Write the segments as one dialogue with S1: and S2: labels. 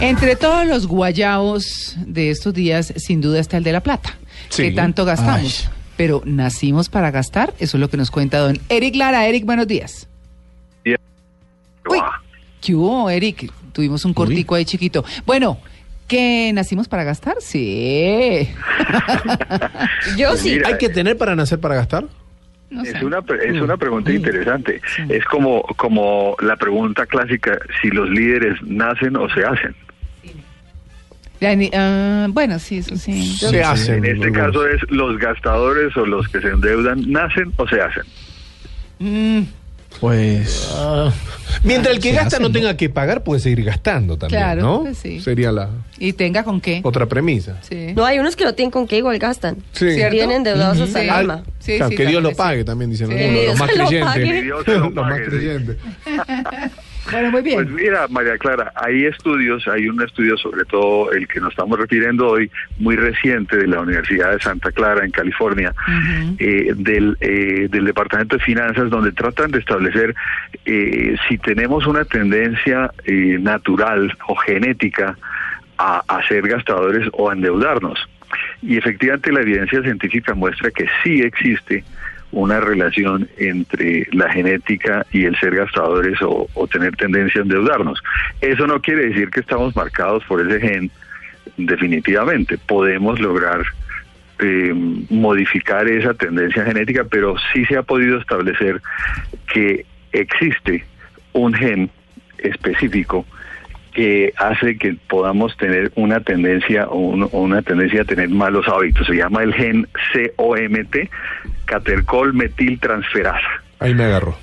S1: Entre todos los guayabos de estos días, sin duda está el de la plata,
S2: Sí.
S1: que tanto gastamos. Pero nacimos para gastar, eso es lo que nos cuenta don Eric Lara. Eric, buenos días.
S3: Día-
S1: Uy, ¿Qué hubo, Eric? Tuvimos un cortico ahí chiquito. Bueno, ¿que nacimos para gastar? Sí. Yo sí.
S3: Pues Mira,
S2: ¿Hay que tener para nacer para gastar?
S1: No
S3: es
S1: sé. Mm.
S3: una pre- es una pregunta interesante. Es como como la pregunta clásica si los líderes nacen o se hacen.
S1: Ya ni- ah, bueno, sí, eso sí.
S2: Se hace.
S3: En este caso es los gastadores o los que se endeudan nacen o se hacen.
S1: Mm,
S4: Pues
S2: Ah, Mientras el que
S4: Se
S2: gasta
S4: hace,
S2: no
S4: ¿no?
S2: tenga que pagar, puede seguir gastando también,
S1: Claro,
S2: ¿no?
S1: pues sí.
S2: Sería la
S1: y tenga con qué.
S3: Pues
S2: otra premisa.
S1: Sí.
S5: ¿Eh? No, hay unos que no tienen con qué igual gastan.
S2: Sí.
S1: ¿Cierto?
S5: Vienen endeudados hasta el
S1: Sí.
S5: alma.
S1: Sí,
S2: Claro,
S1: sí,
S2: que Dios
S1: también
S2: lo
S1: sí.
S2: pague también, dicen
S1: Sí.
S2: algunos,
S1: Que
S2: los más
S5: Dios lo
S2: creyentes.
S5: pague.
S3: Dios se lo
S2: los más
S3: pague, sí.
S2: creyentes.
S1: Bueno, muy bien.
S3: Pues mira, María Clara, hay estudios, hay un estudio sobre todo el que nos estamos refiriendo hoy, muy reciente de la Universidad de Santa Clara en California,
S1: Ujú.
S3: eh, del, eh, del Departamento de Finanzas, donde tratan de establecer eh, si tenemos una tendencia eh, natural o genética a, a ser gastadores o a endeudarnos. Y efectivamente la evidencia científica muestra que sí existe una relación entre la genética y el ser gastadores o, o tener tendencia a endeudarnos. Eso no quiere decir que estamos marcados por ese gen, definitivamente. Podemos lograr eh, modificar esa tendencia genética, pero sí se ha podido establecer que existe un gen específico que hace que podamos tener una tendencia o un- o una tendencia a tener malos hábitos. Se llama el gen COMT, catercol metiltransferasa.
S2: Ahí me agarró.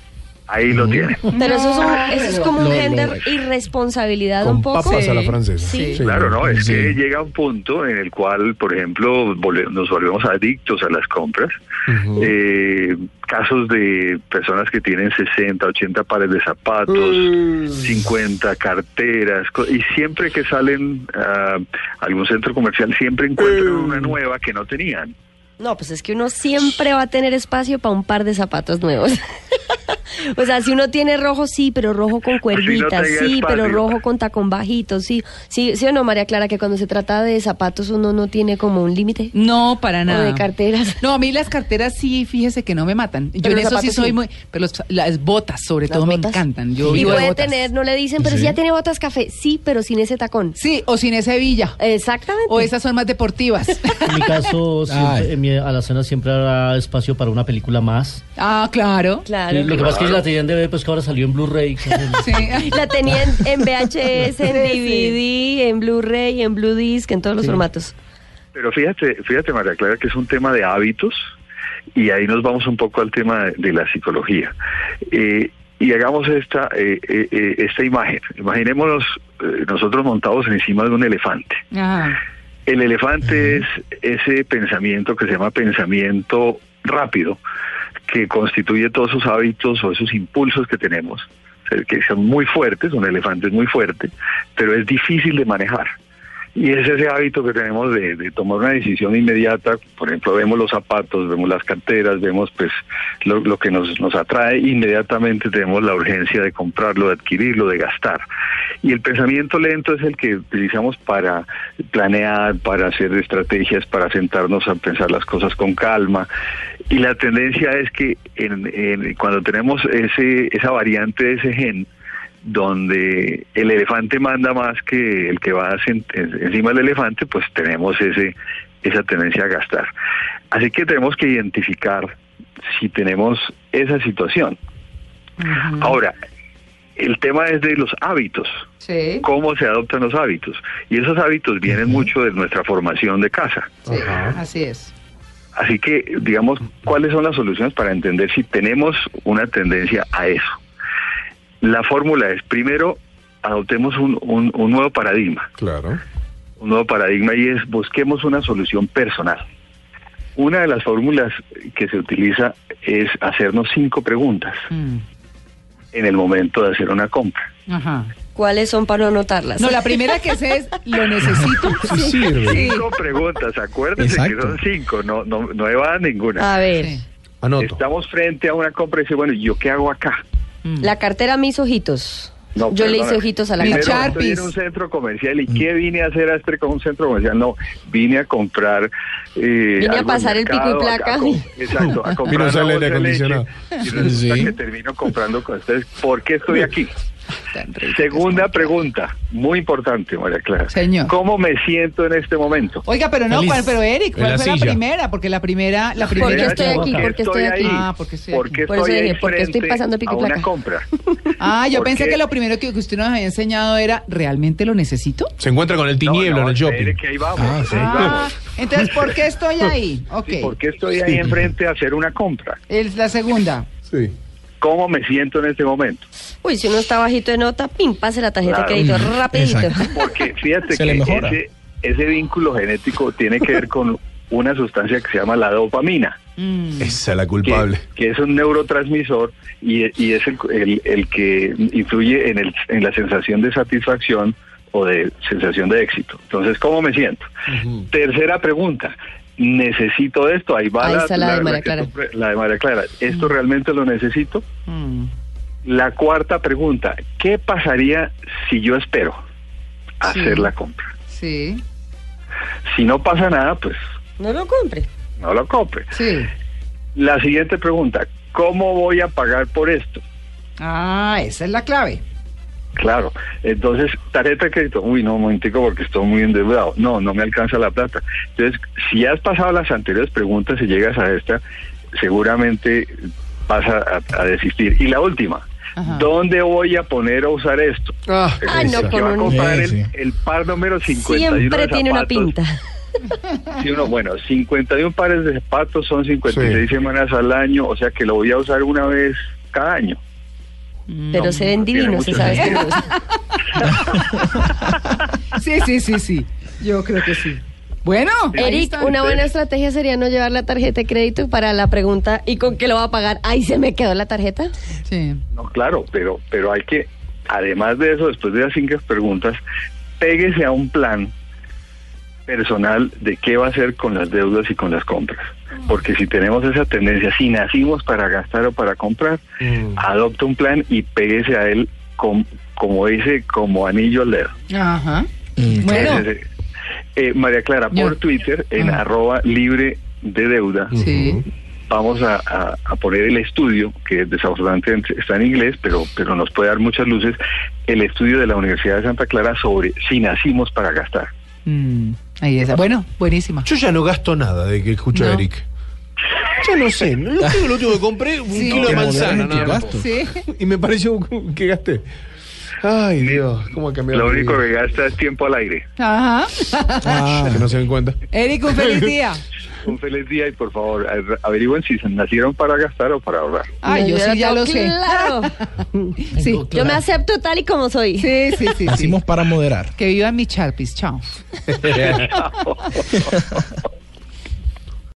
S3: Ahí lo tiene.
S5: Pero eso es, un- eso es como un
S2: Ah. No,
S5: gen de
S2: no, no.
S5: irresponsabilidad un
S2: Con
S5: poco.
S2: papas a la
S1: Sí.
S2: francesa.
S1: Sí.
S3: Claro, no, es
S2: Sí.
S3: que llega un punto en el cual, por ejemplo, vole- nos volvemos adictos a las compras.
S2: Ujú.
S3: Eh, casos de personas que tienen 60, 80 pares de zapatos,
S2: Mm.
S3: 50 carteras, co- y siempre que salen a algún centro comercial, siempre encuentran
S2: Mm.
S3: una nueva que no tenían.
S5: No, pues es que uno siempre va a tener espacio para un par de zapatos nuevos. o sea, si uno tiene rojo, sí, pero rojo con cuerditas,
S3: tenga
S5: sí, pero
S3: espacio.
S5: rojo con tacón bajito, sí. Sí, sí o no, María Clara, que cuando se trata de zapatos uno no tiene como un límite.
S1: No, para nada.
S5: de carteras.
S1: No, a mí las carteras sí, fíjese que no me matan. Yo
S5: Pero
S1: en
S5: los
S1: eso sí
S5: zapatos
S1: soy
S5: sí.
S1: muy... Pero los- las botas, sobre
S5: Las
S1: todo, me
S5: botas.
S1: encantan. Yo
S5: y
S1: vivo de
S5: puede
S1: botas.
S5: tener, no le dicen, pero
S2: Sí.
S5: si ya tiene botas café, sí, pero sin ese tacón.
S1: Sí, o sin esa hebilla.
S5: Eh. Exactamente.
S1: O esas son más deportivas.
S6: En mi caso, siempre-
S4: Ay.
S6: en mi- a la cena siempre habrá espacio para una película más.
S1: ah, claro.
S5: Claro.
S6: Sí, lo que pasa es que la tenían de ver, pues que ahora salió en Blu-ray.
S1: Sí.
S5: La tenía en, en VHS, en DVD, en Blu-ray, en Blue Disc, en todos los formatos.
S3: Pero fíjate, fíjate María Clara, que es un tema de hábitos y ahí nos vamos un poco al tema de, de la psicología. Eh, y hagamos esta, eh, eh, eh, esta imagen. Imaginémonos eh, nosotros montados encima de un elefante.
S1: Ajá.
S3: El elefante es ese pensamiento que se llama pensamiento rápido, que constituye todos esos hábitos o esos impulsos que tenemos, o sea, que son muy fuertes, un elefante es muy fuerte, pero es difícil de manejar. Y es ese hábito que tenemos de, de tomar una decisión inmediata, por ejemplo, vemos los zapatos, vemos las carteras, vemos pues lo, lo que nos, nos atrae, inmediatamente tenemos la urgencia de comprarlo, de adquirirlo, de gastar. Y el pensamiento lento es el que utilizamos para planear, para hacer estrategias, para sentarnos a pensar las cosas con calma. Y la tendencia es que en- en- cuando tenemos ese, esa variante de ese gen, donde el elefante manda más que el que va sen- en- encima del elefante, pues tenemos ese esa tendencia a gastar. Así que tenemos que identificar si tenemos esa situación. Ahora, el tema es de los hábitos,
S1: Sí.
S3: cómo se adoptan los hábitos. Y esos hábitos vienen mucho de nuestra formación de casa.
S1: Sí, Así es.
S3: Así que, digamos, ¿cuáles son las soluciones para entender si tenemos una tendencia a eso? La fórmula es, primero, adoptemos un, un- un nuevo paradigma.
S2: Claro.
S3: Un nuevo paradigma y es busquemos una solución personal. Una de las fórmulas que se utiliza es hacernos cinco preguntas
S1: Mm.
S3: en el momento de hacer una compra.
S1: Ajá.
S5: ¿Cuáles son para no notarlas?
S1: No, la primera que sé es, ¿lo necesito?
S2: Sí sirve.
S3: Cinco preguntas, acuérdense que
S4: Exacto.
S3: son cinco, no, no, no evadan ninguna.
S5: A ver,
S1: Sí.
S2: Anoto.
S3: Estamos frente a una compra y dice, bueno, ¿y yo qué hago acá?
S1: Mm.
S5: la cartera mis ojitos.
S3: No,
S5: Yo le hice
S3: perdóname.
S5: ojitos a la
S1: Ni
S3: Primero,
S5: cara.
S1: Char-
S3: estoy
S1: Sharpies.
S3: en un centro comercial. ¿Y qué vine a hacer a este un centro comercial? No, vine a comprar. eh,
S5: Vine a
S3: algo en
S5: pasar el pico y
S3: mercado, a- a
S5: placa.
S3: com- exacto, a comprar.
S2: Vino a usar el
S3: una
S2: aire
S3: bolsa de leche,
S2: acondicionado.
S3: Y resulta
S2: Sí.
S3: que termino comprando con ustedes. ¿Por qué estoy aquí?
S1: Tan rico que es
S3: Segunda
S1: Juan Clara.
S3: pregunta, muy importante, María Clara.
S1: Señor.
S3: ¿Cómo me siento en este momento?
S1: Oiga, pero no,
S2: Feliz.
S1: ¿cuál- pero Eric,
S2: En
S1: ¿cuál
S2: la
S1: fue la
S2: silla.
S1: primera? Porque la primera, la primera.
S5: ¿Por qué
S3: Primera
S5: estoy aquí?
S3: pregunta,
S5: ¿Por qué estoy aquí?
S3: ahí?
S1: Ah, porque estoy
S3: ¿Por
S1: aquí.
S3: qué
S5: Por eso
S3: estoy ahí
S5: dije, ¿por qué estoy
S3: frente
S5: pasando pico y
S3: a una
S5: placa?
S3: compra?
S1: Ah, yo
S3: ¿Por
S1: pensé
S3: qué?
S1: que lo primero que que usted nos había enseñado era, ¿realmente lo necesito?
S2: Se encuentra con el tinieblo
S3: No, no,
S2: en el
S3: espere
S2: shopping.
S3: que ahí vamos,
S2: Ah, sí.
S3: ahí
S1: Ah,
S3: vamos.
S1: entonces, ¿por qué estoy ahí? Ok.
S3: Sí, ¿Por qué estoy ahí enfrente a hacer una compra?
S1: Es la segunda.
S2: Sí.
S3: ¿Cómo me siento en este momento?
S5: Uy, si uno está bajito de nota, pim, pase la tarjeta
S3: Claro.
S5: de crédito rapidito.
S3: Porque fíjate
S2: Se
S3: que
S2: le mejora.
S3: ese, ese vínculo genético tiene que ver con una sustancia que se llama la dopamina.
S1: Mm.
S2: Esa es la
S3: que,
S2: culpable.
S3: que es un neurotransmisor y, y es el, el- el que influye en, el, en la sensación de satisfacción o de sensación de éxito. Entonces, ¿cómo me siento?
S2: Ujú.
S3: Tercera pregunta. Necesito esto. Ahí va
S5: Ahí está la de María
S3: que
S5: Clara.
S3: esto- la de María Clara. ¿Esto realmente lo necesito?
S1: Mm.
S3: La cuarta pregunta. ¿Qué pasaría si yo espero
S1: Sí.
S3: hacer la compra?
S1: Sí,
S3: Si no pasa nada, pues
S5: No lo compre.
S3: no lo compre.
S1: sí.
S3: La siguiente pregunta. ¿Cómo voy a pagar por esto?
S1: Ah, esa es la clave.
S3: Claro, entonces tarjeta de crédito, uy no, un momentico porque estoy muy endeudado, no, no me alcanza la plata. Entonces, si has pasado las anteriores preguntas y llegas a esta, seguramente vas a, a- a desistir. Y la última,
S1: Ajá.
S3: ¿dónde voy a poner a usar esto?
S2: Ah,
S5: Ah, no,
S2: esa.
S3: Que
S5: con
S3: va a
S5: un-
S3: comprar
S2: Sí,
S3: el,
S2: sí.
S3: el par número 51
S5: Siempre
S3: de
S5: tiene una
S3: zapatos.
S5: pinta.
S3: Sí, uno, bueno, 51 pares de zapatos son 56
S2: Sí.
S3: semanas al año, o sea que lo voy a usar una vez cada año.
S1: Mm.
S5: Pero se ven
S3: Mm. tiene
S5: divinos
S3: mucho
S5: esa vez.
S3: sentido.
S1: Sí, sí, sí, sí. Yo creo que sí. Bueno, ahí
S5: Eric,
S1: está.
S5: una buena estrategia sería no llevar la tarjeta de crédito para la pregunta ¿y con qué lo va a pagar? Ahí se me quedó la tarjeta.
S1: Sí.
S3: No, claro, pero, pero hay que, además de eso, después de las cinco preguntas, péguese a un plan personal de qué va a hacer con las deudas y con las compras.
S5: Mm.
S3: Porque si tenemos esa tendencia, si nacimos para gastar o para comprar,
S2: Mm.
S3: adopta un plan y péguese a él com- como dice, como anillo al dedo.
S1: Ajá.
S2: Mm,
S1: bueno,
S3: Ese- eh, María Clara,
S1: Ya.
S3: por Twitter, en
S1: Ah.
S3: arroba libre de deuda,
S1: sí.
S3: vamos a, a- a poner el estudio, que desafortunadamente está en inglés, pero, pero nos puede dar muchas luces, el estudio de la Universidad de Santa Clara sobre si nacimos para gastar.
S1: Mm, ahí está. Bueno, buenísima.
S2: Yo ya no gasto nada de que escucho
S1: No.
S2: a Eric. Yo no sé. Lo último, lo último que compré, un
S1: Sí.
S2: kilo de manzana. nada más.
S1: Sí.
S2: Y me pareció que gasté. Ay, Dios, cómo ha cambiado.
S3: Lo
S2: mi
S3: único
S2: vida.
S3: que gasta es tiempo al aire.
S1: Ajá.
S2: Ah, que no se den cuenta.
S1: Eric, un feliz día.
S3: Un feliz día y por favor, a- averigüen si se nacieron para gastar o para ahorrar.
S1: Ay, yo sí ya lo sé.
S5: Claro.
S1: Sí,
S5: Yo me acepto tal y como soy.
S1: sí, sí, sí, sí.
S4: Nacimos para moderar.
S1: Que vivan mis charpis. Chao.